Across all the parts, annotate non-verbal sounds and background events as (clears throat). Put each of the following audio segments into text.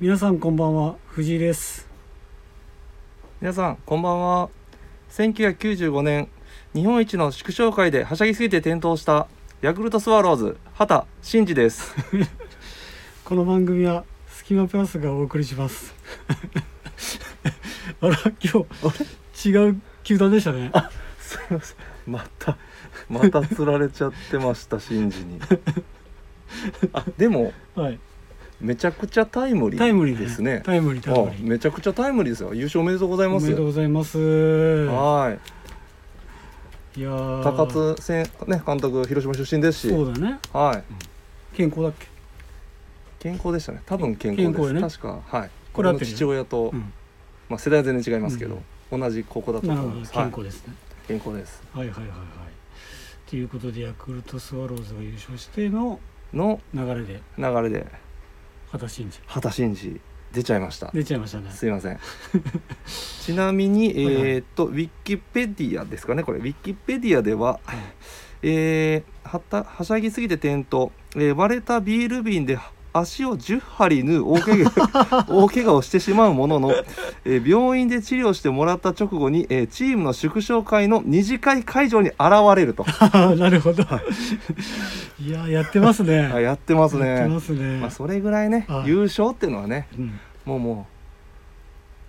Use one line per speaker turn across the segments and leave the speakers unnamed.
皆さんこんばんは藤井です
皆さんこんばんは1995年日本一の祝勝会ではしゃぎすぎて転倒したヤクルトスワローズ畑真二です
この番組はスキマプラスがお送りします (laughs) あら今日違う球団でしたね
すいません (laughs) またまた釣られちゃってました真二に (laughs) あでも
はい
めちゃくちゃタイムリ
タイムリ
ー
ー
ですね
タイムリータイム
あ
リー
めちゃくちゃタイムリーですよ優勝おめでとうござい
お
ま
め
す
でとうございます
はい
いやー
高津戦ね監督広島出身ですし
そうだね
はい
健康だっけ
健康でしたね多分健康です
健康やね
確かはい
これ合って
僕の
るよ
父親と、
うん
まあ、世代は全然違いますけど、同じ高校だったと
なる
思
ほ
い
ど
ます
健
は
康ですね
い、健康です
はいはいはいはいということでヤクルトスワローズが優勝しての
の
流れで
流れで
畑真二
畑真二出ちゃいました
出ちゃいましたね
すいま
(laughs)
せんちなみに
はいはい
えーっとウィキペディアですかねこれウィキペディアでは、えーはたはしゃぎすぎて転倒、えー割れたビール瓶で足を10針縫う大け
(laughs)
が大怪我をしてしまうものの、えー病院で治療してもらった直後に、えーチームの縮小会の二次会会場に現れると
あー (laughs) なるほど。いやーやってますね。
(laughs) あやってます
やってま
ね。
すね。
まあ、それぐらいね
はい
優勝っていうのはね
うん、
もうも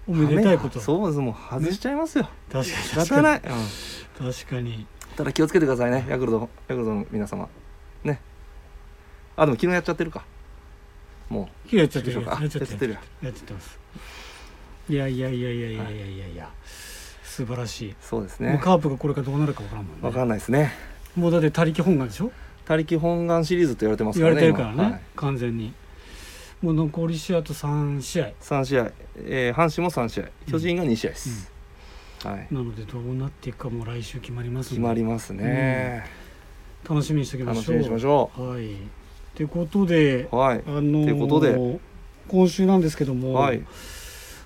お
う
めでたいこと。確
そうですもう外しちゃいますよ、
かに
仕
確
方
かに。
ない、うん
確かに。
ただ気をつけてくださいねヤクルトヤクルトの皆様ねあでも昨日やっちゃってるかも
今日やっちゃってる。
あ
やっちゃっ
やってて
る。
る
やっちゃってます。いやいやいやいやいやいやいやいや。素晴らしい。
うそうです
もう
ね
カープがこれからどうなるかわからんもんね。
わかんないですね
もうだって他力本願でしょ。
「他力本願」シリーズと言われてます
言
か
わ
ら
れ
ね
てるからね。
今はい
完全に。もう残り試合あと三試合。
3試合、えー阪神も3試合巨人が2試合です、はい、
なのでどうなっていくかもう来週決まりますんで。
決まりますね、
楽しみにしておきましょ
楽
う。
しみにしましょ
はい。ということで。
うはい
あのー
ということで
今週なんですけども、
はい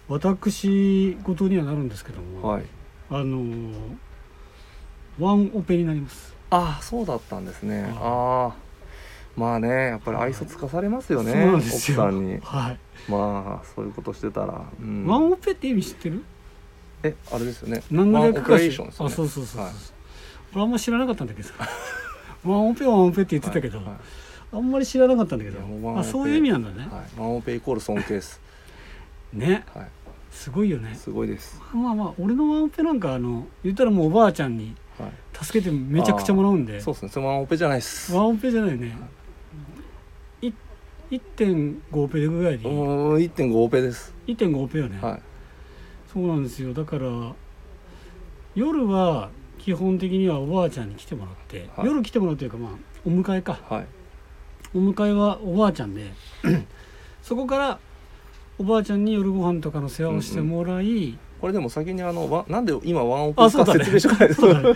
私事にはなるんですけども、
はい
あのーワンオペになります。
ああそうだったんですね、
はい
ああまあねやっぱり愛想つかされますよね、
そうなん
奥
ですよ
さんに
はい。
まあそういうことしてたら、うん
ワンオペって意味知ってる？
えあれですよね
何の略
ワンオ
か
ペレ
知
ーションですよ
あ、
ね
そうそうそうそう。
はい
俺あんま知らなかったんだけど。ワンオペはワンオペって言ってたけど、
はいはい
あんまり知らなかったんだけど
いやもうワンオ、ペ
あそういう意味なんだね。
はい、ワンオペイコール尊敬です。
ね、
は
すごいよ
い、
ね。
すごいです。
まあまあ俺のワンオペなんかあの言ったらもうおばあちゃんに
は
助けてめちゃくちゃもらうんで。
い、そうですね。そのワンオペじゃないです。
ワンオペじゃないね。い1.5オペぐらいでい
う
い、
ーん、一点五オペです。
1.5オペよね、
は
そうなんですよ。だから夜は基本的にはおばあちゃんに来てもらって、
はい
夜来てもらうというかまあお迎えか。
い、はい、
お迎えはおばあちゃん
(clears throat)
で、そこからおばあちゃんに夜ご飯とかの世話をしてもらい、
これでも先にあのわなんで今ワンオペ
あ
か
そうだね。
説明しないです。
そうだね。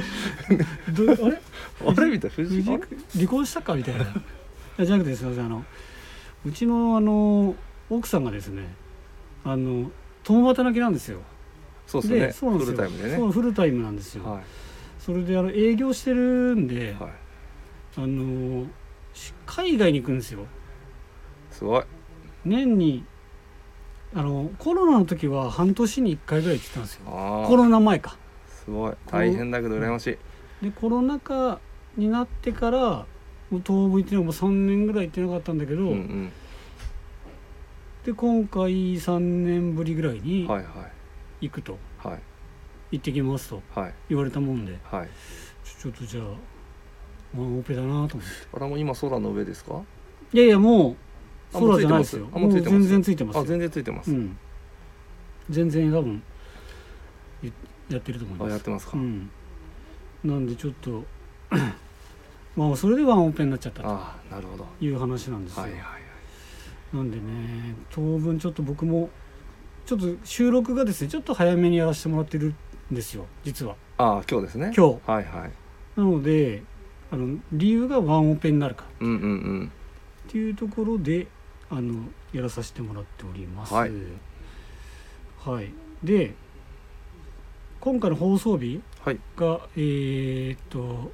どあれ
(laughs) あれみたいな藤井
離婚したかみ
(laughs)
たいないやじゃなくてすみませんあのうちのあの奥さんがですねあの共働きなんですよ
そうですよね。
そうなんで
フ
す
ル
よ
タイムでね。
そ
は
うフルタイムなんですよ、
い、
それであの営業してるんで、
はい、
あのし海外に行くんですよ
すごい。
年にあのコロナの時は半年に1回ぐらい行ってたんですよ
あ
コロナ前か
あ、すごい。大変だけど羨ましい。
でコロナ禍になってからもう当分行ってないもう3年ぐらい行ってなかったんだけど、
うんうん。
で今回3年ぶりぐらいに
はいは
行くと、
いはい
行ってきますと
はい
言われたもんで
はい。
ちょちょっとじゃあワンオペだなと思って
あれも今空の上ですか？
いやいやもう
あも
空
うつ
じゃ
いて
ない
ま
です
す
よ
あもうついてます
全然ついてます
あ
よ
全然ついてます
う。ん、全然多分いやってると思い
あ
ま
やっ
す
てますか
う？んなんでちょっと (coughs) まあそれでワンオペになっちゃったと
ああなるほど。
いう話なんですよ、
はいはいはい。
なんでね当分ちょっと僕もちょっと収録がですねちょっと早めにやらせてもらってるんですよ実は
ああ今日ですね。
今日
はいはい。
なのであの理由がワンオペになるか
うんうんうん。
っていうところであのやらさせてもらっております。
はい、
はいで今回の放送日
はい。
がえーっと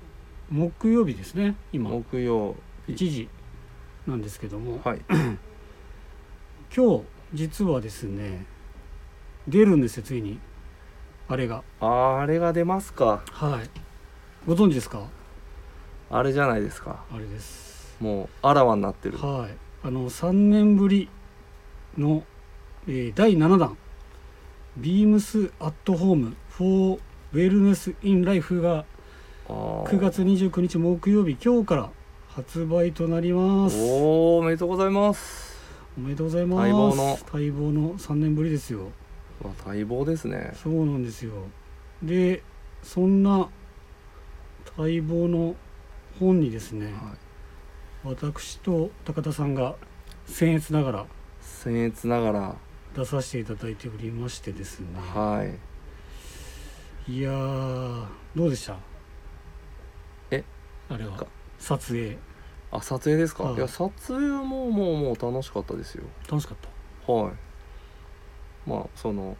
木曜日ですね今
木曜
1時なんですけども
はい
今日実はですね出るんですよついにあれが
あれが出ますか
はいご存知ですか
あれじゃないですか
あれです
もうあらわになってる
はいあの3年ぶりの、えー第7弾「ビームスアットホーム for Wellness in Life」が9
9
月29日木曜日今日から発売となりますお
おーおめでとうございます
めでとうございます
待望の
待望の3年ぶりですよ
わ待望ですね
そうなんですよでそんな待望の本にですね、
は
私と高田さんが僭越ながら
僭越ながら
出させていただいておりましてですね
はい
いやーどうでした
え
あれは
か
撮影
あ撮影ですか、
はい
い、や撮影はもうもうもう楽しかったですよ
楽しかった
はいまあその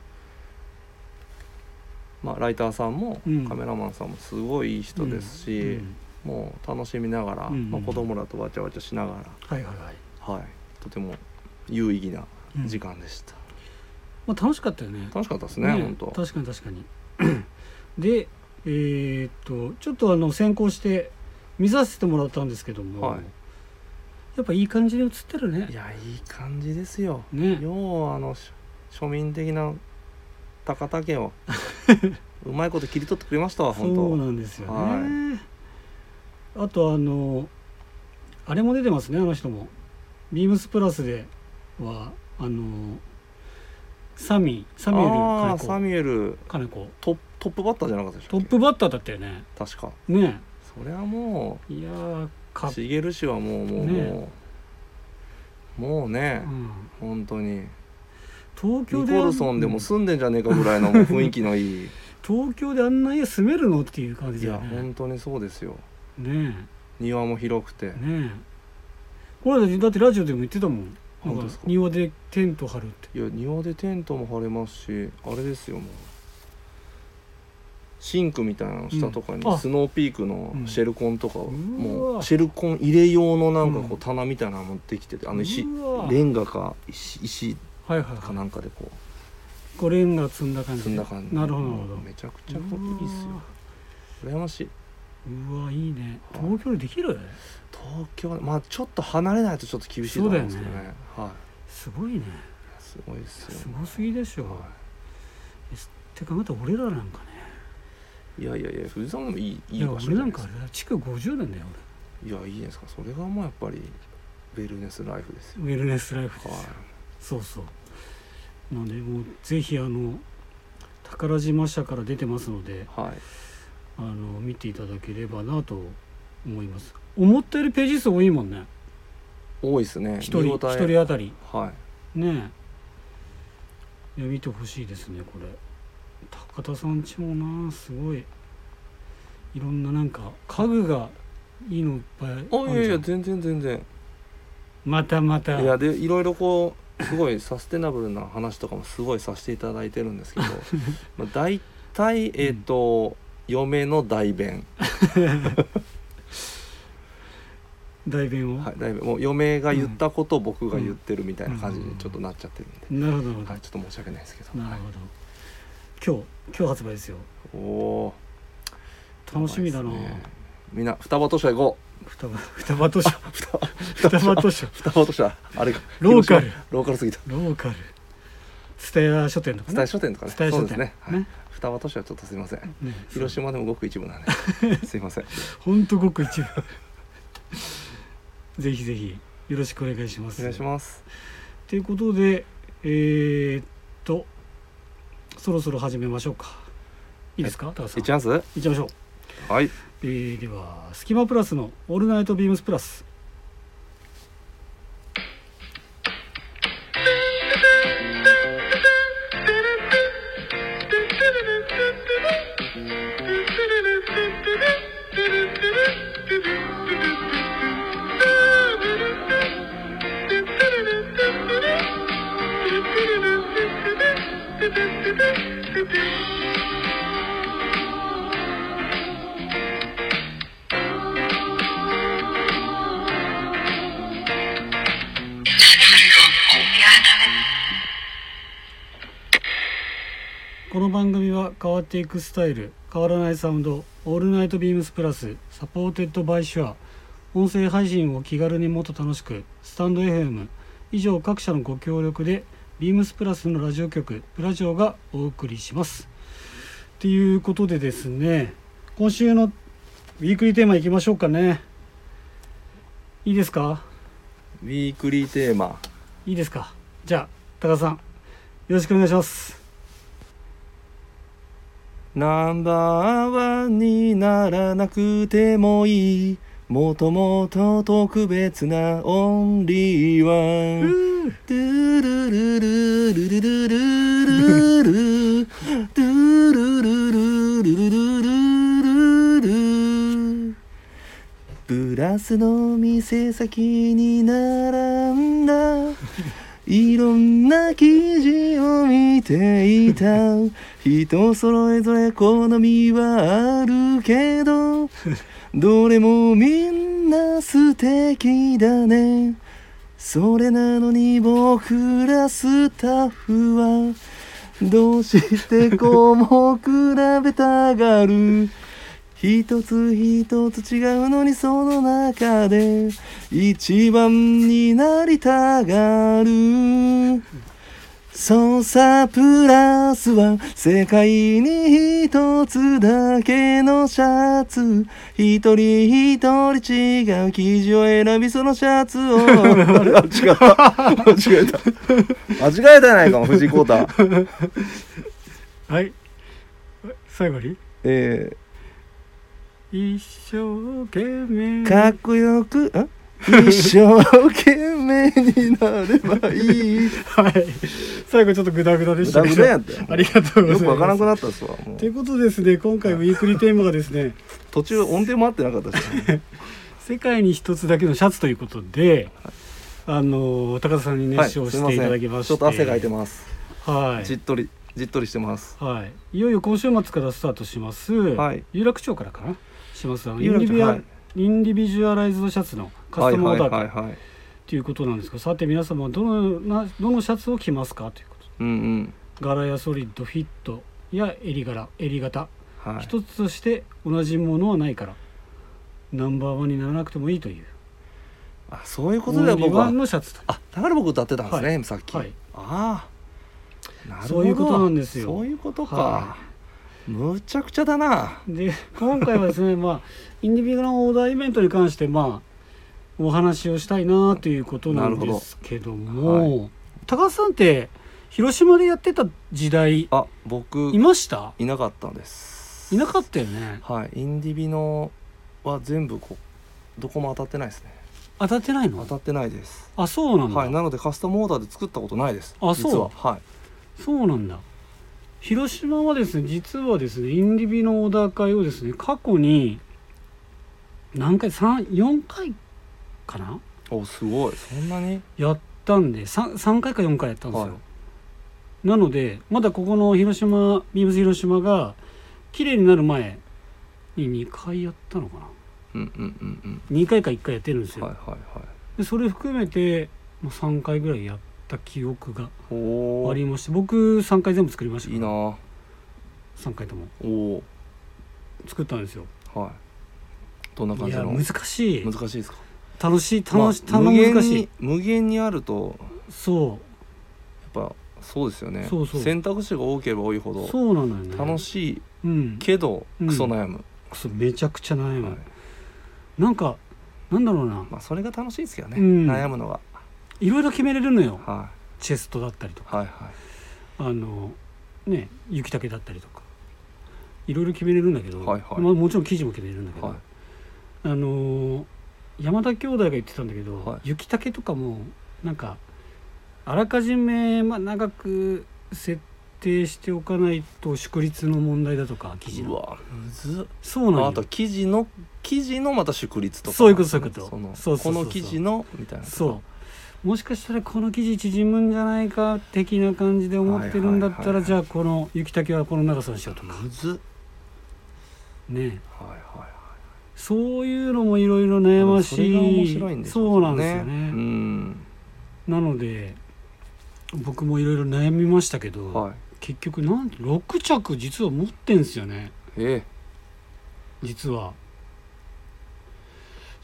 まあライターさんも
うん
カメラマンさんもすごいいい人ですし、
うん
もう楽しみながら、
うんうんうん
まあ、子供らとわちゃわちゃしなが
はいはいはい、
らはいとても有意義な
うん
時間でした、
まあ、楽しかったよね
楽しかったですね本当
確かに確かに (clears throat) でえーっとちょっとあの先行して見させてもらったんですけども、
はい
やっぱいい感じに映ってる
い
ね
やいい感じですよ
ね
ようあのし庶民的な高
(laughs)
田家をうまいこと切り取ってくれましたわ
そ
本
う
当
なんですよね、
は
あとあのあれも出てますねあの人もビームスプラスではあのサミサミュエル
ああサ
金子
ミュエル
金子
トップトップバッターじゃなかったでし
ト
たっ
ッ
け
プバッターだったよね
確か
ね
それはも
いやーか
う
っ、
茂氏はもうもう、
ね
もうもうね
う、ん、
本当に
東京
ニ
で
コルソンでも住んでんじゃねえかぐらいのもう雰囲気のいい
東京であんな家住めるのっていう感じ
い
だよ
や
ね
本当にそうですよ
ね
庭も広くて、
えねえこれだってだってラジオでも言ってたもんな
本
ん
当
か
ですか
庭でテント張るって
いや庭でテントも張れますしあれですよもうシンクみたいなの下とかに
うんあ
スノーピークのシェルコンとか、
んう
も
わ
うシェルコン入れ用のなんか
う
こ
ん
う棚みたいなの持ってきててあの石
うわ
レンガか石石
はいはい
か
は
なんかでこ
いこれレンガ積んだ感
う
じ
積んだ感じ
なるほどなるほど
めちゃくちゃいいっすよ羨ましいう
わうわいいね
はい
東京でできる
東京まあちょっと離れないとちょっと厳しいと思うんですけど
そう
ね
だよ
は
すごいね
いすごいですよ
すごすぎでしょ
は
って考えたら俺らなんかね
い、いやいやいや富士山でもいいい
い
い
や
場所じ
俺
ゃ
な
ない
ん
で
か
す
あ
か
れだ築50年だよ
いやいいじゃないですかそれがもうやっぱりウェルネスライフですよ
俺ウェルネスライフです
は
よ
い
そうそうなのでもうぜひあの宝島社から出てますので
はい、
あの見ていただければなと思います思ったよりページ数多いもんね
多いですね
1人
見応
一
え
人当たり
はい
ねえいや見てほしいですねこれ高田さんちもなすごいいろんななんか家具がいいのいっぱいあるじゃん
あいやいや全然全然
またまた
いやでいろいろこうすごいサステナブルな話とかもすごいさせていただいてるんですけど
(laughs)
まあ大体えっ、と、嫁の代弁、
代弁を、
はい、代弁もう嫁が言ったことを僕が言ってるみたいな感じにちょっとなっちゃってるんで、
なるほどなるほど、
はい、ちょっと申し訳ないですけど、
な
は
るほど今日今日発売ですよ
い、おおー
楽しみだな、
やばいっすねみんな双葉図書行こ
双葉双葉図書
う双葉
双葉図書
(laughs) 双葉図書あれか
ローカル
広島ローカルすぎた
ローカル蔦屋書店とか
伝
ね
え書店とかね
蔦屋
そ
書
うです
店
ね、はい
ね
双葉都市はちょっとすいません
ね
広島でもごく一部なんで
(laughs)
すいません
ほんとごく一部ぜひぜひよろしくお願いします
お願いします
ということでえー、っとそろそろ始めましょうかいいですか高橋さ
い
ん
っちゃいます
行っちゃいましょう、
はい
えー、では「スキマプラス」の「オールナイトビームスプラス」
Thank you.
この番組は変わっていくスタイル変わらないサウンド「オールナイトビームスプラス」サポーテッドバイシュア音声配信を気軽にもっと楽しくスタンド FM 以上各社のご協力でビームスプラスのラジオ局プラジオがお送りしますということでですね今週のウィークリーテーマいきましょうかねいいですか
ウィークリーテーマ
いいですかじゃあ高田さんよろしくお願いします
ナンバーワンにならなくてもいいもともと特別なオンリーワンドゥルルルルルルルルルドゥルルルルルルルルルブラスの店先に並んだいろんな記事を見ていた人それぞれ好みはあるけどどれもみんな素敵だねそれなのに僕らスタッフはどうしてこうも比べたがる一つ一つ違うのにその中で一番になりたがる操作プラスは世界に一つだけのシャツ一人一人違う生地を選びそのシャツ (laughs) をあれあ違った間違えた間違えたや (laughs) ないかも藤井耕太
はい最後に
え
一生懸命
ー、かっこよくん一生懸命になればいい
はい最後ちょっとグダグダで
グ
した
(laughs) ダ
け
グ
ど
ダやったよ
ありがとうございま
よ
す
くわからなくなったっすわもう
ということでですね今回ウィークリーテーマがですね
途中音程も合ってなかったし
世界に一つだけのシャツということで、あの高田さんに熱唱していただきまして、
ちょっと汗かいて
ま
ます
すは
じっ
い、
とりじっとりしてます
はい、いよいよ今週末からスタートします、
はい
有楽町からかなしますあのイ
有
ン
楽
デ
町
ィビア、
はい
インディビジュアライズドシャツのカスタムオーダー
はい
と
はいはいはい
いうことなんですけど、さて皆様はどのなどのシャツを着ますかということ
うん
柄やソリッドフィットや襟柄襟型
うんはい
一つとして同じものはないからナンバーワンにならなくてもいいという
あそういう
オ
こ
ン
と
リ
で
ー
僕
ワ
は
ンのシャツと
あだから僕歌ってたんですね、さっき、
はい
ああなるほど
そういうことなんですよ
そういうことか、
は
むちゃくちゃだな
で今回はです
(laughs)
ねまあインディビジュアルオーダーイベントに関してまあお話をしたいなということなんですけども
なる
高橋さんって広島でやってた時代
あ僕
いました
いなかったんです
いなかったよね
はいインディビのは全部こどこも当たってないですね
当たってない
当
の
たってないです
あそうなんだ、
はいなのでカスタムオーダーで作ったことないです
あ
実
そう
ははい
そうなんだ広島はですね実はですねインディビのオーダー会をですね過去に何回34回かな
おすごいそんなに
やったんで 3, 3回か4回やったんですよ、
は
なのでまだここの広島ビームス広島が綺麗になる前に2回やったのかな
うんうんうん
2回か1回やってるんです
うん
よ、
はいはいはい
でそれ含めてまあ3回ぐらいやった記憶が
お
あ
おい
りまして僕3回全部作りました
いなお
3回とも
お
作ったんですよ
はいどんな感
い
じ
や
の
難しい
難しいですか
楽しい楽し、
ま
楽
あ無限
難しい
に無限にあると
そ
やっぱそうですよね
そうそう
選択肢が多ければ多いほ
う
ど
そうなのよね
楽
い、
しい
うん、
けど
うん
クソ悩む、
クソめちゃくちゃ悩む、
はい
なんかなんだろうな
まあ、それが楽しいですけどね、
うん
悩むのが、
いろいろ決めれるのよ
は
チェストだったりとか
い、はいはい
あのね雪竹だったりとかいろいろ決めれるんだけど、
はいはい
まあ、もちろん生地も決めれるんだけど、
はい
あのー山田兄弟が言ってたんだけど、
はい
雪竹とかもなんかあらかじめ、まあ、長く設定しておかないと縮率の問題だとか生地
う
の
わむずっ
そう
あ
な
あ
ん
と
よ
生地の生地のまた祝率とか
そういうことそういうこと
その
そうそうそうそう
この生地のみたいな
そうもしかしたらこの生地縮むんじゃないか的な感じで思ってるんだったら、
はいはいはいはい
じゃあこの雪竹はこの長さにしようとか
むずっ
ね
はいはいはい
そういうのもいろいろ悩ましい
それが面白いんです
そうなんですよね、
うん
なので僕もいろいろ悩みましたけど、
は
結局なん6着実は持ってんすよね
え
実は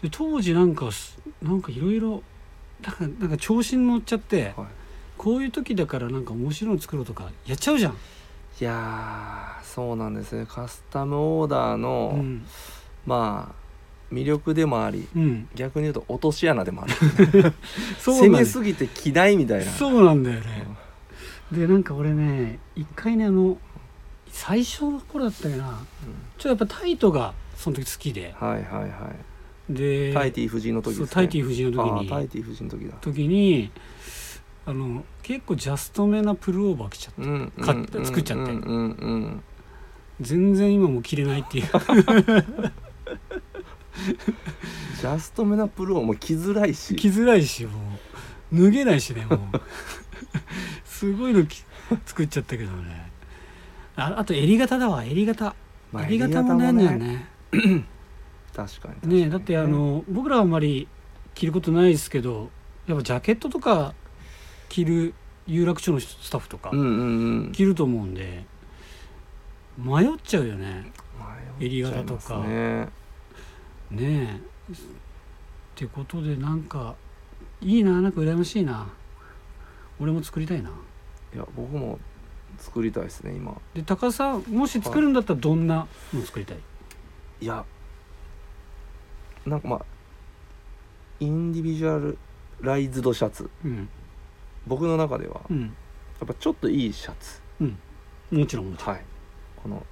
で当時なんかすなんかいろいろだからなんか調子に乗っちゃって、
はい
こういう時だからなんか面白いの作ろうとかやっちゃうじゃん、
いやーそうなんですねカスタムオーダーの、
うん
まあ魅力でもあり
うん、
逆に言うと落とし穴でもある
(laughs) そう
攻
なん
め
です
ぎて着ないみたいな
そうなんだよね、でなんか俺ね一回ねあの最初の頃だったかなちょっとやっぱタイトがその時好きで
はいはいはい
で
タイティ夫人の時です
そう
ね
タイティ夫人の
あ
時
ータイ
に
ティ夫人の時だ
時にあの結構ジャストめなプルオーバー着ちゃって
うんうん
買って作っちゃって
うんうんうん
全然今もう着れないっていう
ジャストメナプルーンも着づらいし
着づらいしもう脱げないし
(laughs)
ねもうすごいの着作っちゃったけどねああと襟型だわ襟型
まあ
襟型もないんだよね
確かに確かに
ねだってあの僕らはあんまり着ることないですけどやっぱジャケットとか着る有楽町のスタッフとか
うんうんうん
着ると思うんで迷っちゃうよね襟型とか
迷っちゃいますね
ねえってことでなんかいいななんか羨ましいな俺も作りたいない
や僕も作りたいですね今
で高田さんもし作るんだったらどんなの作りたい
いやなんかまあインディビジュアルライズドシャツ
うん
僕の中ではや
うん
っぱちょっといいシャツ
もちろんもちろ
はいこの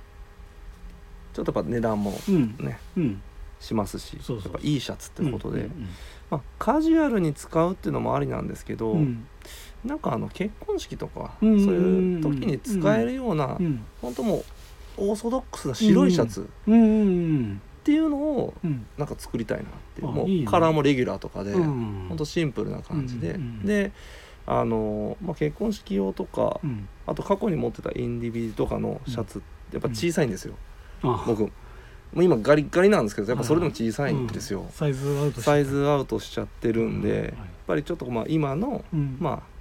ちょっとやっぱ値段も
んうん
ね
うん
しますし
そうそう
やっぱいいシャツってことで、
うん
まあ、カジュアルに使うっていうのもありなんですけど、
うんうん
なんかあの結婚式とか、
うん
そういう時に使えるような、
うんうん
本当もうオーソドックスな白いシャツっ
うんうん
ていうのを
うん
なんか作りたいなって、
あ
も
いいね
うカラーもレギュラーとかで、
う
ほん、
ん
本当シンプルな感じ
う
で、
んうんうん
であの、まあ、結婚式用とか、
うん
あと過去に持ってたインディビとかのシャツってやっぱ小さいんですよ、
あ
僕もう今ガリッガリなんですけどやっぱそれでも小さいんですよ、
サイズアウトして
サイズアウトしちゃってるんで、やっ
はい
ぱりちょっとまあ今の
うん
まあ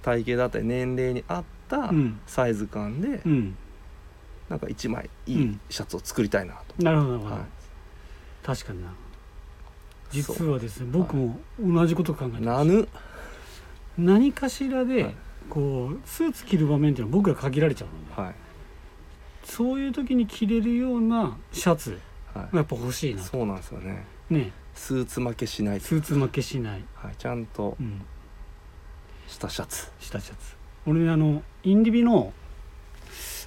体型だったり年齢に合った
うん
サイズ感で
うん
なんか1枚いうい
ん
シャツを作りたいなと、
なるほどなるほど、
は、
確かにない実
そう
はですね僕も同じことを考えてます
なぬ
何かしらで、
はい
こうスーツ着る場面っていうのは僕ら限られちゃうので、
はい
そういう時に着れるようなシャツ
は
がやっぱ欲しい
い
な
そうなんですよね
ね
スーツ負けしないと
スーツ負けしない、
はい、ちゃんと
うん、
したシャツ
したシャツ俺ねあのインディビの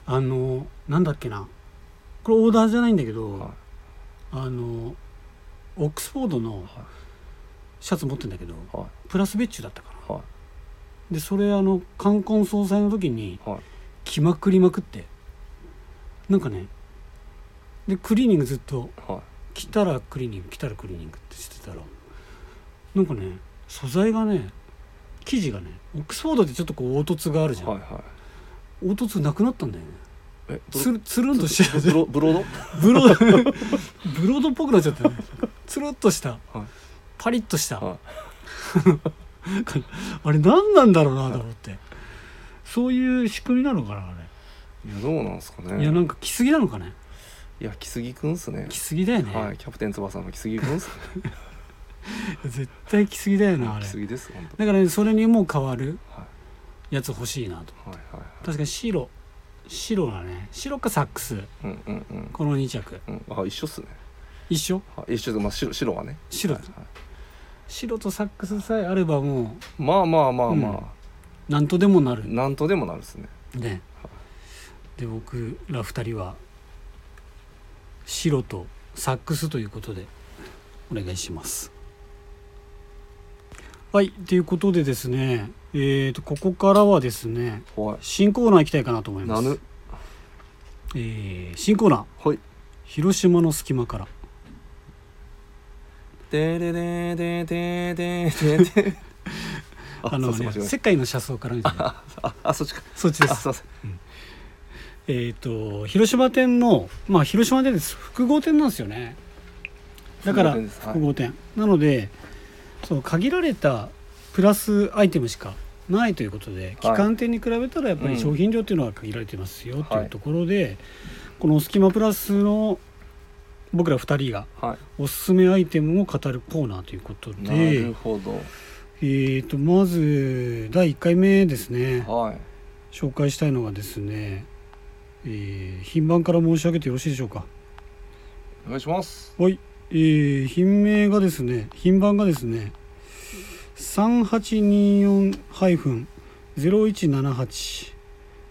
あのなんだっけなこれオーダーじゃないんだけど、
は
あのオックスフォードのシャツ持ってんだけど
いは
プラスベッチュだったかない
は
でそれあの冠婚葬祭の時に
いはい
着まくりまくってなんかねでクリーニングずっと
は
着たらクリーニング着たらクリーニングってしてたらなんかね素材がね生地がねオックスフォードってちょっとこう凹凸があるじ
い
ゃん、
はいはい
凹凸なくなったんだよね
え
つるつるんとしてた
ブロブロード
ブロードブロードっぽくなっちゃったよねつるっとした、
はい
パリッとした、
は
あれ何なんだろうなと思って、そういう仕組みなのかなあ
いいやどうなんですか
れ、
ね
いやなんか着すぎなのかね
いや着すぎくんっすね
着すぎだよね、
はいキャプテン翼の着すぎくんっす
絶対着すぎだよ (laughs)
ね
なあ
着
れ
すぎです本当
だから、ね、それにもう変わる
は
やつ欲しいなと
いはいはいはい
確かに白白だね白かサックス
うんうんうん
この2着
うん、あ一緒っすね。
一緒
あ一緒でまあ白白はね。
白
はいはい
白とサックスさえあればも
まあまあまあま
うなんとでもな
あ、
る
なんとでもなるっすね。
ねで僕ら2人は白とサックスということでお願いしますはいということでですねえー、とここからはですね
怖い。
新コーナー行きたいかなと思いま
な
す
ぬ。
えー新コーナー
はい。
広島の隙間から
でれれでででで
(laughs)
で。あ
あの、
そうそう
ね、
間違え
世界の車窓からみたいな
たああそっちか。
そっちで
あ
す
すいません。
えっ、と広島店のまあ広島店です複合店なんですよねだから
複合店ですはい
複合店なのでその限られたプラスアイテムしかないということで旗艦店に比べたらやっぱり商品量っていうのは限られてますよというところで、この「スキマプラス」の僕ら2人が
はい
おすすめアイテムを語るコーナーということ
なる
で、
ほど
えー、とまず第1回目ですね
はい
紹介したいのがですね、えー品番から申し上げてよろしいでしょうか
お願いします
はい、えー品名がですね品番がですね3824-0178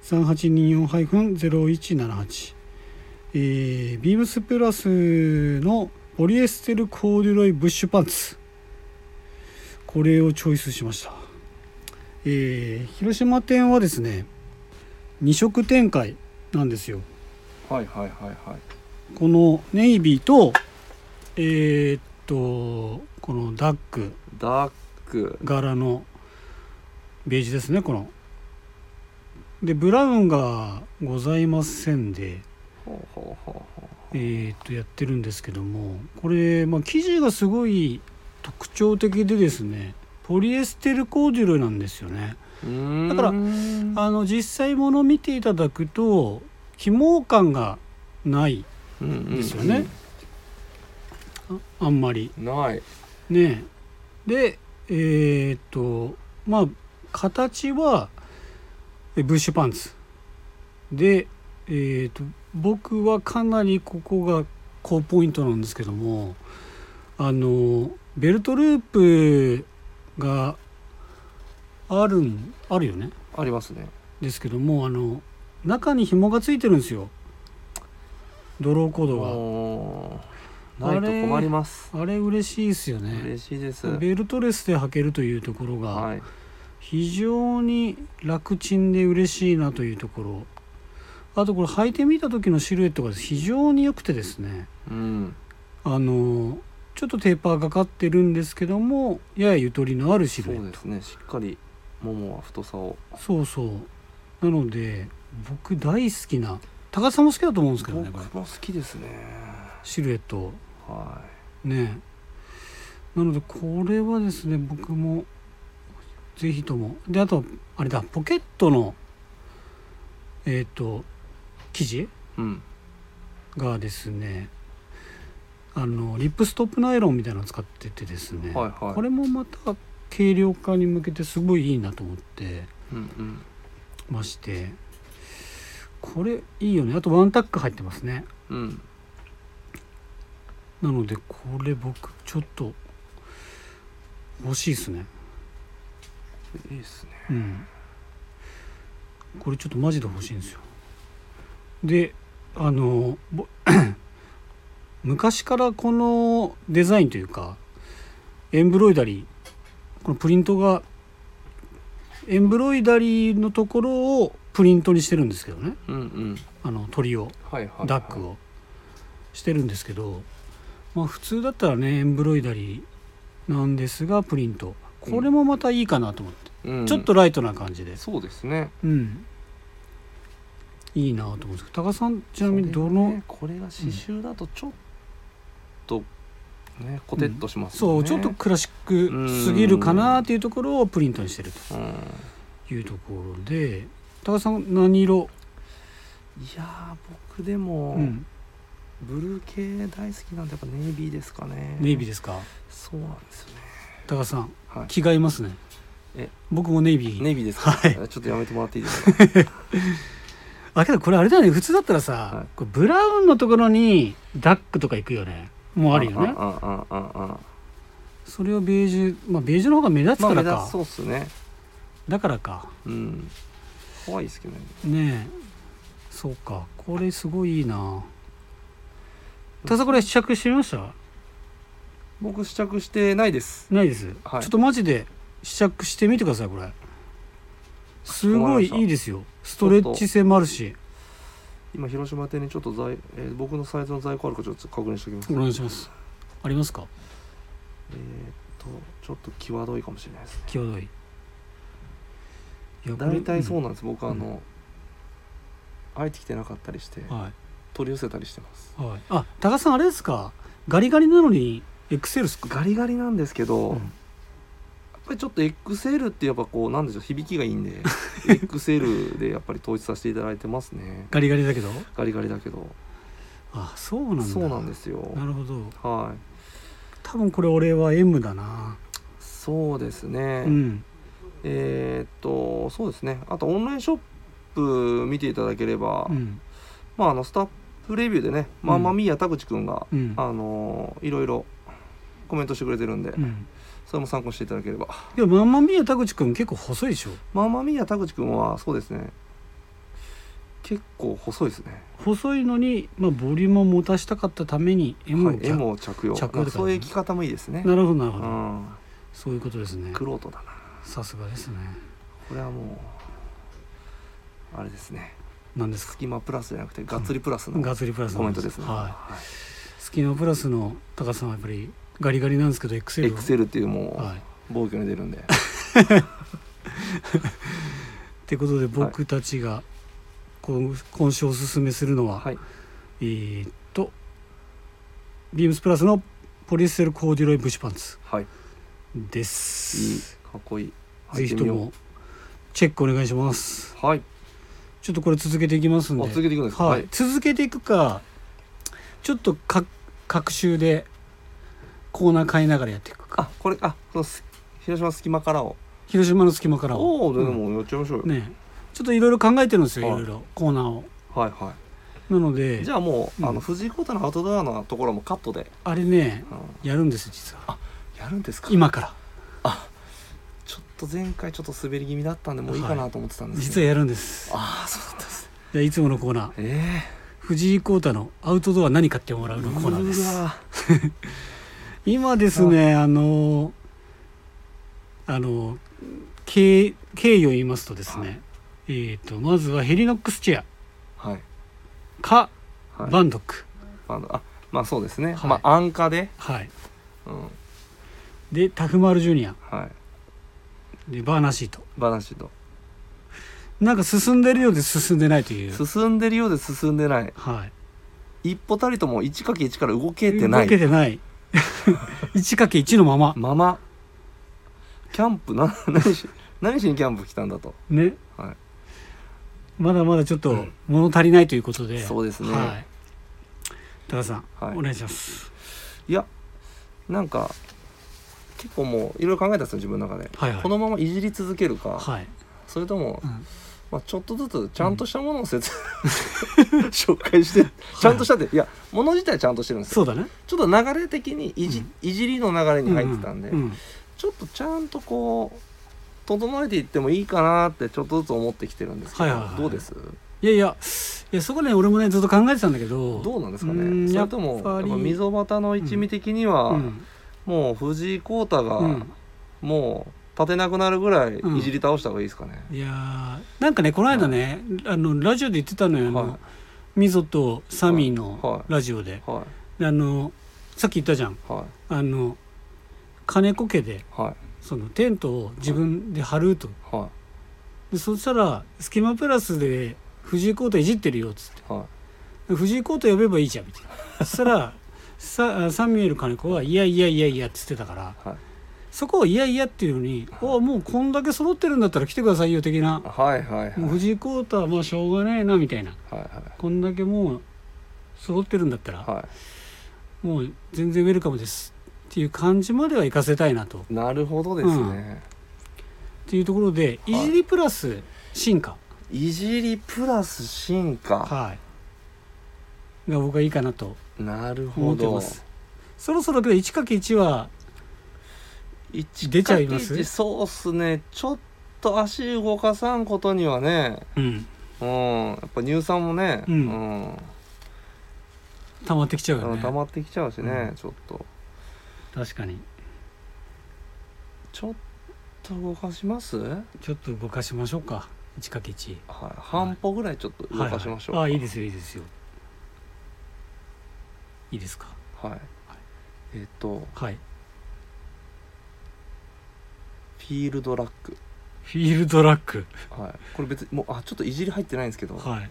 3824-0178えー、ビームスプラスのポリエステルコーデュロイブッシュパンツこれをチョイスしました、えー広島店はですね2色展開なんですよ
はいはいはいはい
このネイビーとえーっとこのダック
ダック
柄のベージュですねこのでブラウンがございませんで
ほうほうほうほ
えーっとやってるんですけどもこれ、まあ、生地がすごい特徴的でですねポリエステルコーデュロイなんですよね
ううーん
だから
う
あの実際もの見ていただくと紐感がない
んうん
ですよねあんまり
うんない
ねえでえーっとまあ形はえブッシュパンツでえーっと僕はかなりここが高ポイントなんですけどもあのベルトループがあるんあるよね
ありますね
ですけどもあの中に紐がついてるんですよドローコード
おー
あ
な
れ
いと困ります
があれ嬉しいですよね
嬉しいです
ベルトレスで履けるというところが、
はい
非常に楽ちんで嬉しいなというところあとこれ履いてみた時のシルエットが非常に良くてですね
うん
あのちょっとテーパーがかってるんですけどもややゆとりのあるシ
そ
ルエ
う
ッ
で
ト
すねしっかりももは太さを
そうそうなので僕大好きな高田さんも好きだと思うんですけ
僕
どね
も
これ
好きですね
シルエット
は
ねなのでこれはですね僕もぜひともであとあれだポケットのえっ、と生地
いうん
がですねあのリップストップナイロンみたいなのを使っててですね、
はいはい
これもまた軽量化に向けてすごいいいなと思って
うん
ましてこれいいよねあとワンタック入ってますね
うんう
な
ん
のでこれ僕ちょっと欲しいですね
いいですね
うんこれちょっとマジで欲しいんですよであのぼ (coughs) 昔からこのデザインというかエンブロイダリーこのプリントがエンブロイダリーのところをプリントにしてるんですけどね
うんうん
あの鳥を
はいはいはい
ダックをしてるんですけど、まあ、普通だったらねエンブロイダリーなんですがプリントこれもまたいいかなと思って。
うん
ちょっとライトな感じです。
そうですね
うん。いいなと思うんですけど、高さんちなみにど
それ
の、
ねこれが刺繍だとちょっとねコテッとします
そ
よ
う
ね
ちょっとクラシックすぎるかなっていうところをプリントにしてる
うんい
というところで、高さん何色？
やー僕でも
うん、
ブルー系大好きなんでやっぱネイビーですかね
ネイビー
で
ですか？
そうなんですよね
高さん
はい
着替えますね。
え
僕もネイビー。
ネイビーですか
はい
ちょっとやめてもらっていいですか
あけどこれあれだよね。普通だったらさ、
はい
これブラウンのところにダックとか行くよね。 (laughs) もうあるよね。
ああああああ
それをベージュ、まあベージュの方が目立つ
まあ
か
目
ら
立
か。
つそうっすね
だからか。
うん可愛いですけどね
ねえそうかこれすごいいいな田さんこれ試着してみました
僕試着してないです
ないです、
はい
ちょっとマジで試着してみてくださいこれすごいいいですよストレッチ性もあるし
今広島店にちょっと在、えー僕のサイズの在庫あるかちょっと確認しておきます
お願いしますありますか
えーっとちょっと際どいかもしれないですね
際どいいやこれ
大体そううなんです、僕あの空いてきてなかったりして
んは
取り寄せたりしてます
い、はい、あ高さんあれですかガリガリなのにエクセルスか
ガリガリなんですけど、
うん
ぱりちょっと XL ってやっぱこうなんでしょう響きがいい
(laughs)
んで XL でやっぱり統一させていただいてますね
ガリガリだけど
ガリガリだけど
あそうなんだ
そうなんですすよ
なるほど
はい
多分これ俺は M だな
そうですね、
うん
えーっとそうですねあとオンラインショップ見ていただければ、
うん
まああのスタッフレビューでね、まあ、
うん
マミーや田口くんが、
うん
あのーいろいろコメントしてくれてるんで、
うん
それも参考にしていただければ
いやマンマミヤ田口くん結構細いでしょ
まあマミーや田口くんはそうですね結構細いですね
細いのに、まあ、ボリュームを持たしたかったために M を
はい、
着、
M を着用
着用って
ま
こ
あ
と
そういう生き方もいいですね
なるほどなる
う
ほど、
ん
そういうことですね
玄人だな
さすがですね
これはもうあれですね
何ですか
隙間プラスじゃなくてがっつりプラスの
ガッツリプラス
コメントですね、
は
はい
い、スキノプラスの高田さんはやっぱりガリガリなんですけど XL を
XL っていうも
はいう
防御に出るん
(laughs)
で
ってことで僕たちが今今週おすすめするのは、
はい
えーっとビームスプラスのポリエステルコーデュロイブッシュパンツ
はいい
で
い
す、
かっこいい
ぜひともチェックお願いします
はい
ちょっとこれ続けていきますんで
あ続けていくんですか
はい続けていくかちょっとか各週でコーナー変えながらやっていくか
あこれあそのす広島隙間からを
広島の隙間からを
おおでもやっちゃいましょうよ、
ねちょっといろいろ考えてるんですよい
はい
ろいろコーナーを
はいは
なの
い
で
じゃあもう、
うん
あの藤井コートのアウトドアのところもカットで、
あれね
うん
やるんです実は
やるんですか
今から
ちょっと前回ちょっと滑り気味だったんでもういいかなと思ってたんです
実
けど、
はやるんです
ああそうだったんですね
じゃあいつものコーナー
え
藤井耕太のアウトドア何買ってもらう
え
のコーナーです
うわ
今ですねあのあの経経緯を言いますとですね、
は
えー、とまずはヘリノックスチェア
はい
か
はい
バンドック、
バンドあまあそうですね、
はい
まあ安価で
はい
うん
でタフマールジュニア
はい
でバーナシート
バナシと
なんか進んでるようで進んでないという
進んでるようで進んでない
はい
一歩たりとも 1×1 から動けてな
動け
い
てない (laughs) 1×1 のまま
ままキャンプな (laughs) 何し何しにキャンプ来たんだと
ね
はい
まだまだちょっ
う
と
ん
物足りないということで、
そうですね
はい、高田さん、
はい
お願いします
いやなんか結構もういろいろ考えたんですよ自分の中で、
はいはい
このままいじり続けるか、
はい、
それとも
う、ん
まあ、ちょっとずつちゃんとしたものを
(laughs)
説明、紹介してちゃんとしたって、い、やもの自体はちゃんとしてるんですよ
そうだね
ちょっと流れ的にいじ,、
うん
いじりの流れに入ってたんで、
うう
ちょっとちゃんとこう整えていってもいいかなってちょっとずつ思ってきてるんですけど、
はいはいはい
どうです
いやいやいやそこね俺もねずっと考えてたんだけど
どうなんですか
う
ね
ん
それと
や
も
っ
や
ぱ
っ
り
ぱ溝端の一味的には、
うん
もう藤井耕太が、
うん
もう立てなくなるぐらい
うん
いじり倒した方がいいですかね、
いやーなんかねこの間ね、あのラジオで言ってたのよあの、
はい
ミゾとサミー
はいは
の
い
ラジオで、
は
であのさっき言ったじゃん
いはい
あの金子家で
はい
そのテントを自分で張ると、
は
でそしたら「スキマプラス」で藤井コートいじってるよっつって
いは
「藤井コート呼べばいいじゃん」みたいなそしたらさサミュエル金子は「いやいやいやいや」っつってたから
いはい
そこを「いやいや」っていうのに「あもうこんだけ揃ってるんだったら来てくださいよ」的な
はいはいはい
もう藤井コートはまあしょうがないなみたいな
はい
こんだけもう揃ってるんだったら、
は
もう全然ウェルカムですっていう感じまでは行かせたいなとっ
いなるほどですね、
ていうところで、
はい
いじりプラス進化
いじりプラス進化
はいが僕はいいかなと
なる
思
ほ
ってま
ど
すそろそろけど 1×1 は
一
出ちゃいます
かけ一そうっすねちょっと足動かさんことにはね
うん
うんやっぱ乳酸もね
う
うん
溜まってきちゃうよ
うん
ね
溜まってきちゃうしね、
うん
ちょっと
確かに
ちょっと動かしますはい
ちょっと動かしましょうか 1×1
半歩ぐらいちょっと動かしましょう
はいはい、あいい
す
ですよいいですよいいですか
はい、えっ、と
はい
フィールドラック、
フィールドラック
はい、これ別にもうあちょっといじり入ってないんですけど、
はい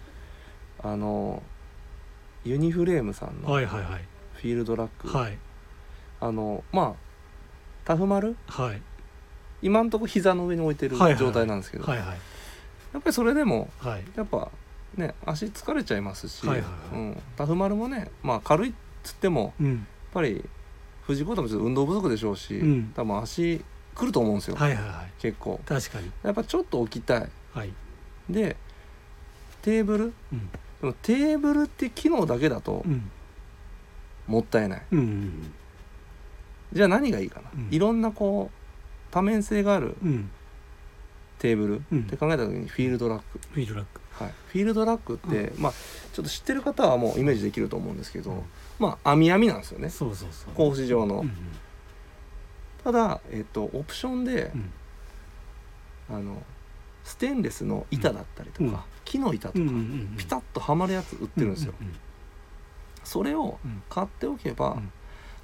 あのユニフレームさんの
はいはいはい
フィールドラック、
はい
あのまあタフマル
はい
今んとこ膝の上に置いてる
はいはいはい
状態なんですけど、
はいはい
やっぱりそれでも
はい
やっぱね足疲れちゃいますし、
はいはいはい
うん、タフ丸もね、まあ、軽いっつっても
うん
やっぱり藤井コートもちょっと運動不足でしょうし、
うん
多分足くると思うんですよ、
はいはいはい
結構
確かに
やっぱちょっと置きたい
はい
でテーブル
うん
でもテーブルって機能だけだと
うん
もったいない、
うんうん
じゃあ何がいいかな、
うん
いろんなこう多面性がある
うん
テーブル
うん
って考えた時にフィールドラック、
フィードラック
はい、フィールドラックって、まあちょっと知ってる方はもうイメージできると思うんですけど、まあ網網なんですよね
そうそうそう
格子状の、
うんうん
ただ、えっと、オプションで
う、ん
あのステンレスの板だったりとか、
うん
木の板と
う
か、
んうんうん
ピタッとはまるやつ売ってるんですよ、
うう
それを
うん
買っておけば、
うん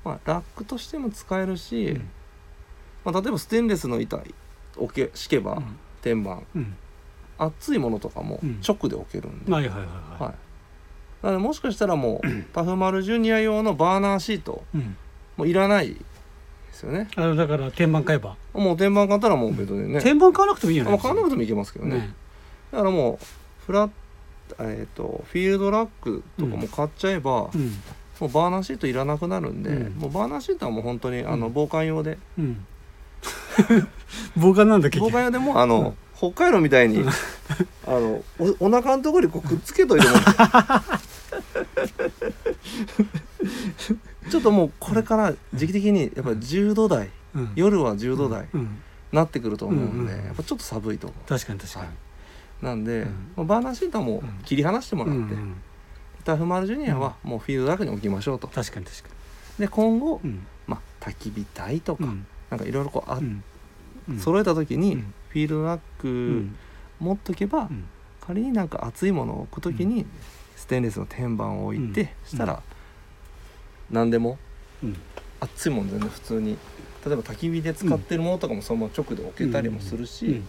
まあ、ラックとしても使えるし、
うん
まあ、例えばステンレスの板置け敷けば、天板
うん
熱いものとかも
うん
直で置けるん
う
で、
ん
はい
はいはいはい
な
は
のでもしかしたら
(clears throat)
もうタフマルジュニア用のバーナーシート
いうん
もういらないですよね
あのだから天板買えば
もう天板買ったらもう別にね、
天板買わなくてもいいよ
あ
ね
まあ、買わなくてもいけますけどね
ね
だからもうフラッえー、とフィールドラックとかも買っちゃえば、
うん
もうバーナーシートいらなくなるんで、
うん
もうバーナーシートはもう本当にあの
うん
防寒用で、
うん防寒なんだ結
防
局
寒用でもうあの、北海道みたいに、あのおお腹のところにこうくっつけと
(laughs)
いてもちょっともうこれから時期的にやっぱり10度台
うん
夜は10度台
うん
なってくると思うんで、
うんうん
やっぱちょっと寒いと思
確かに確かに
うなんで、
うん
まあバーナーシートはもう切り離してもら
う
っ
ん
て、
うん
タフマルジュニアはもうフィールドだけに置きましょうと
確かに確か
で今後、
にうん
まあ、焚き火台とか、
うん
なんかいろいろこうあ、
うんうん
揃えた時に、
うん
フィールドラッ
う
ク
ん
持っとけば、
うん
仮になんか熱いものを置く時に、
うん
ステンレスの天板を置いて、
うん
したら、何でも
うん
熱いもの全然普通に例えば焚き火で使ってるものとかもそのまま直で置けたりもするし、
うん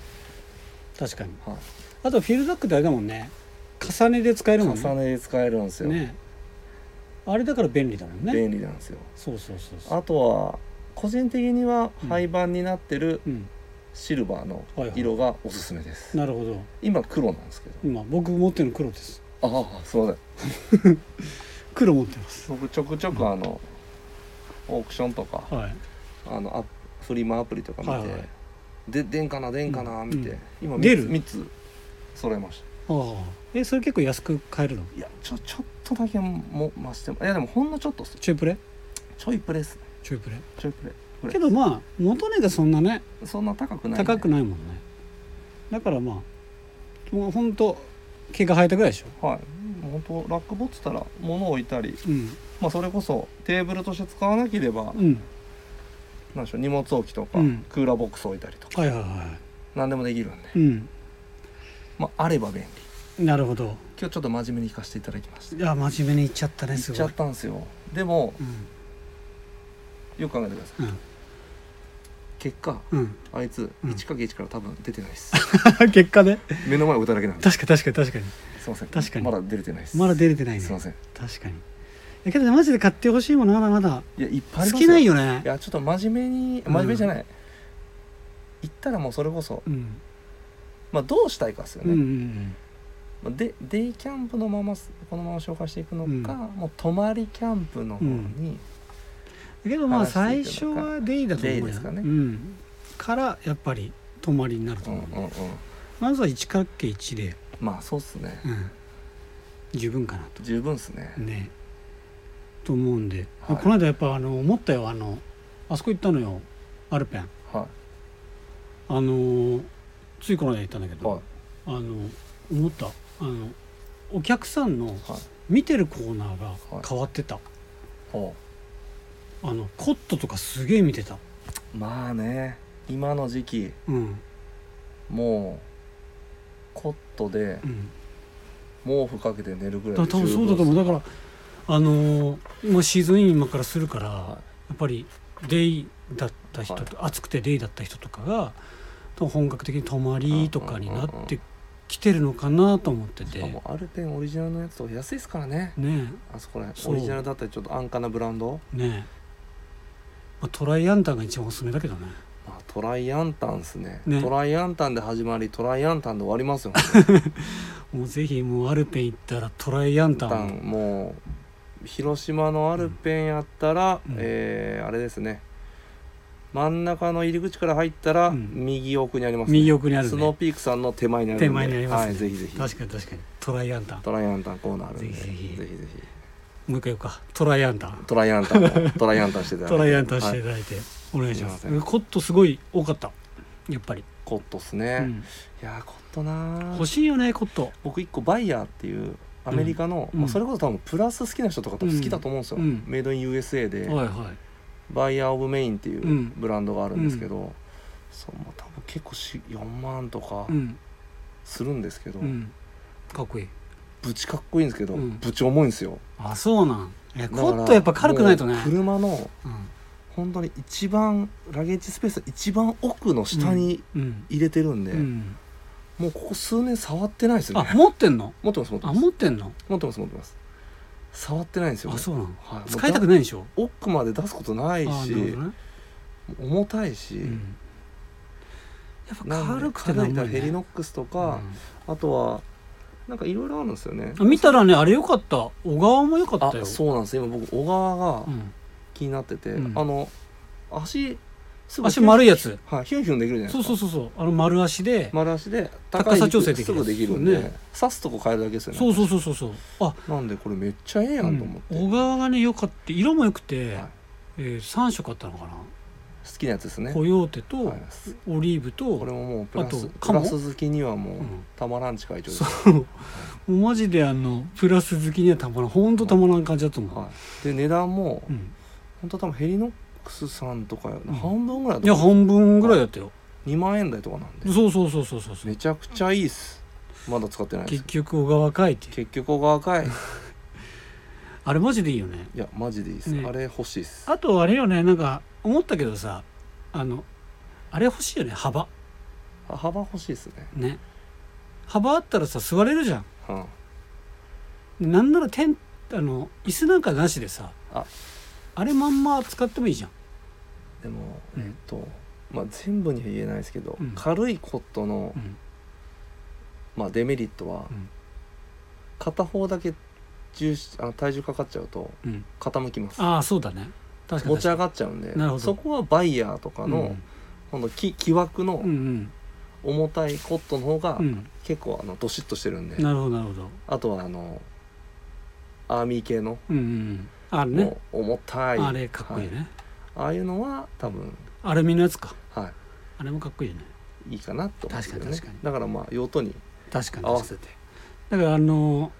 確かに
はい
あとフィールドラックってあれだもんね重ねで使えるもんね
重ねで使えるんですよ、
ねあれだから便利だもんね
便利なんですよ
そうそうそうそう
あとは個人的には
うん
廃盤になってる
うん
シルバーの
はいはい
色がおすすめです、
なるほど
今黒なんですけど
今僕持ってるの黒です
ああすいません
黒持ってます
僕ちょくちょくあの、オークションとか
はい
あのアップフリマアプリとか見て、
はいはい
で出んかな出んかな
うん
見て、
うん
今
出
3
る
つ三つ揃えまし
ああえそれ結構安く買えるの
たいやちょちょっとだけも増してもいやでもほんのちょっとっす
チュープレ
ちょいプレス
チュープレ
ちょいプレこれ
けどまあ元値がそんなね
そんな高くない、
高くないもんねだからまあもうほんと毛が生えたぐらいでしょ
はい本当ラックボっつったら物を置いたり、
うん
まあ、それこそテーブルとして使わなければ、
うん
なんでしょう荷物置きとか、
うん
クーラーボックス置いたりとか
はいはいは
何でもできるんで、
いうん
まあ、あれば便利
なるほど
今日ちょっと真面目に行かせていただきました
いや真面目にいっちゃったねす
行っ
ごい
ちゃったんですよでも
う
よく考えてください
ん
結果
うん (laughs)
あいつ
うん
1×1 から多分出てないです
うん結果ね
目の前置いただけなんで
確か確かに確かに
すいません
確かに
まだ出れてないです
まだ出れてないね
すいません
確かにいやけどねマジで買ってほしいものまだまだ
いやいっぱいあり
好
ます
きない
よ
よね
いやちょっと真面目に
うん
真面目じゃない、行ったらもうそれこそ
うん
まあどうしたいかですよ
うんう
ね、
ん
まあでデイキャンプのままこのまま紹介していくのか、
うん
もう泊まりキャンプの方に、
だけどまあ最
話して
初
いくのか
はデイだと思うよ
デイですかね
うんからやっぱり泊まりになると
うん
思う、
うんうん
まずは 1×1 で、
まあそうっすね
うん、十分かな
十分っすね
とねと思うんで、
はい
この間やっぱあの思ったよあのあそこ行ったのよアルペン
は
あのついこの間行ったんだけ
い
ど、
は
あの思ったあのお客さんの
いはい
見てるコーナーが
はい
変わってた、
ほ
あのコットとかすげえ見てた
うまあね今の時期
うん
もうコットで
うん
毛布かけて寝るぐら
だ
い
多分そうだと思うだからあのー今シーズンイン今からするから、
は
やっぱりデイだった人と、暑くてデイだった人とかが多分本格的に泊まりとかになってきてるのかなと思って
い、
て、
しかもアルペンオリジナルのやつとか安いですからね
ね
あそこら
そう
辺オリジナルだったりちょっと安価なブランド、
えねえ、まあ、トライアンダーが一番おすすめだけどね
まあ、トトライアンタンですね
ね
トライアンタンで始まりトライアンタンで終わりますよ、ね、
もうぜひもうアルペン行ったらトライアンタ
タン
ン
もう広島のアルペンやったら、
うん
えーあれですね真ん中の入り口から入ったら、
うん
右奥にあります、ね、
右奥にある
ス
ん
ノー
で
ピークさんの手前にあるんで
手前にありますね
はい、ぜひぜひ
確かに確かにトライアンタン
トライアンタンコーナーあるんで
ぜひぜひ
ぜひぜ
もう一回言おうかトライアンタン
ひトライアンタンもトライアンタンしてただいて
トライアンタンし
は
てい
い
ただいて、お願いします
すいません
コットすごい多かったやっぱり、
コットっす
う
ね、い
ん、
やーコットなー
欲しいよねコット
僕一個バイヤーっていうアメリカの、
うん
まあ、それこそ多分プラス好きな人とか多分好きだと思うんですよ、
うんうん
メイドイン USA で、
はいは
バイヤー・オブ・メインってい
うん
うブランドがあるんですけど、そうまあ多分結構し4万とか
いうん
するんですけど、
うんかっこいい
ぶちかっこいいんですけど、
うん
ぶち重いんですよ
あそうなんいや
だから
コットやっぱ軽くないとね
もう車の
うん
本当に一番ラゲージスペースの一番奥の下に
うん、
入れてるんで、
うん、
もうここ数年触ってないですよ
あ
ね
持ってんの
持ってます持って
あ
ます
持ってんの
持ってます持ってます触ってないんですよ
あそうなの
はいもう
使いたく
だ
ないでしょ
奥まで出すことな
あ
い
なる
し、
ほどね
重たいし、
うんやっ
な
ぱ
んで
軽くてなん
軽
だ
いヘリノックスとか、あとはなんかいろいろあるんですよね。
見たらねあれ良かった小川も良かったよ
あそうなんです今僕小川が
うん
気になってて、
うん
あの足す
足丸い
い
やつ
はいヒュンヒュンできるじゃないです
そ
か
うそうそうそうあの丸足で
丸足で
高さ
い
調整できる
すぐできるんで、
ね
刺すとこ変えるだけですよね
そうそうそうそうそうあ
なんでこれめっちゃええやんと思って、
うん小
好
川がね良かった色も良くて、
はい
えー、3色あったのかな、
きなやつですね
コヨーテと、
はい
オリーブと
これももうプラス
あと
プ
カモ
ラス好きにはもう、
うん
たまらん近い状
そ
態、
う (laughs) もうマジであのプラス好きにはたまらんほんとたまらん感じだと思う、
はい、で値段も、
うん、
本当多分ヘリノックスさんとか
ん
半分ぐらい
いや
だと
半分ぐらいだったよ、
2万円台とかなんで
そうそうそうそうそう
めちゃくちゃいいっすまだ使ってないです
結局小川かいっていう
結局小川か (laughs) い
あれマジでいいよね
いやマジでいいっす、
ね
あれ欲しいっす
あとあれよねなんか思ったけどさあのあれ欲しいよね幅
あ幅欲しいっすね、
ね幅あったらさ座れるじゃん
う
で
ん、
なんならテンあの椅子なんかなしでさ
あ
あれまんま使ってもいいじゃん
でも、
うん
えっとまあ全部には言えないですけど、
うん
軽いコットの、
うん
まあ、デメリットは、
うん
片方だけ重視あ体重かかっちゃうと
うん
傾きます
ああそうだね確かに
持ち上
が
がっちゃうんで
なるほど
そこはバイヤーとかの、今度木木枠の
うんうん
重たいコットの方が、
うん、うん
結構あのドシッとしてるんで
なるほどなるほど
あとはあのアーミー系の、
うんうんうんあれね
もう重たい
あれかっこいい
は
ね、
ああいうのは多分
アルミのやつか
は
あれもかっこいいよね
いいいかなと思うんですよね
確かに確か
だからまあ用途に
確かに
合わ
確か
せて
にだからあの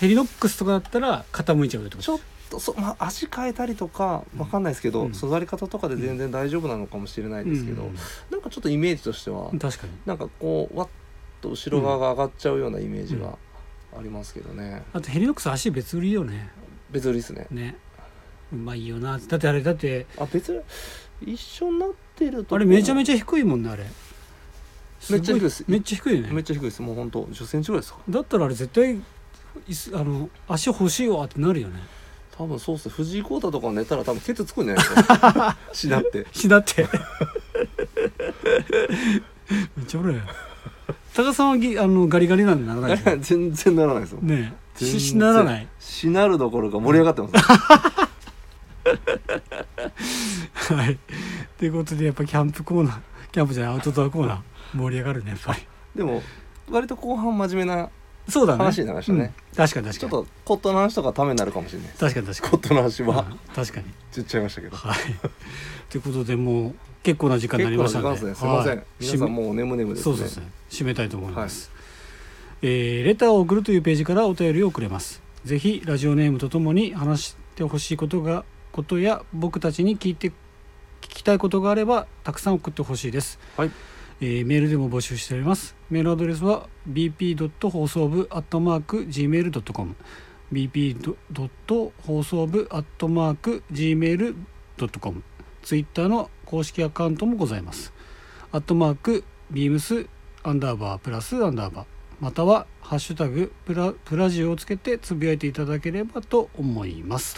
ヘリノックスとかだったら傾いちゃうってこと
ちょっとそ、まあ、足変えたりとかわかんないですけど、
うん
素材方とかで全然大丈夫なのかもしれないですけど、
うん
なんかちょっとイメージとしては、
うん確かに
なんかこうわっと後ろ側が上がっちゃうようなイメージがありますけどね、
あとヘリノックス足別売りよね
別売りですね
ねうまいよなだってあれだって
あ別売り一緒になってると
あれめちゃめ
ち
ちゃ低いもんねあれ
めっちゃ低いです
ごめっちゃ低いよ
めっ
ね
ちゃ低いですもうほんと1 0センチぐらいですか
だったらあれ絶対椅子あの足欲しいわってなるよ
(laughs)
ね
多分そうっす藤井耕太とか寝たら多分ケツつくんじゃないですか (laughs) しなって
しだって (laughs) めっちゃおるやん高さんはぎあのガリガリなんでならないでしょ
(laughs) 全然ならないですよ (laughs)
ねえ
全
し
然
しならない
しなるどころか盛り上がって
(laughs)
ます、
はいということでやっぱキャンプコーナーキャンプじゃないアウトドアコーナー盛り上がるねやっぱり
でも割と後半真面目な
そうだね
話になりましたね
うん確かに確か
ちょっ
に
とコットンの話とかためになるかもしれないです
確かに確かに
コットンの話は
うん確かに
ちっちゃいましたけど
はい。ということでもう結構な時間にな
結
り
構
ま
な
したの
時間で
です
ねすいません皆さん
も
もう眠眠です
そう
ね
そうですね締めたいと思います、えーレターを送るというページからお便りを送れますぜひラジオネームとともに話してほしいことがことや僕たちに聞いて聞きたいことがあればたくさん送ってほしいです、
はい
えーメールでも募集しておりますメールアドレスは bp. 放送部 .gmail.com bp. 放送部 .gmail.com ツイッターの公式アカウントもございますアットマークビームスアンダーバープラスアンダーバーまたは「ハッシュタグプラプラジオ」をつけてつぶやいていただければと思います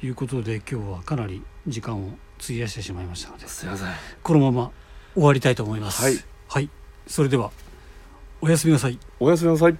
ということで今日はかなり時間を費やしてしまいましたのです
いません
このまま終わりたいと思います
はい、
はい、それではおやすみなさい
おやすみなさい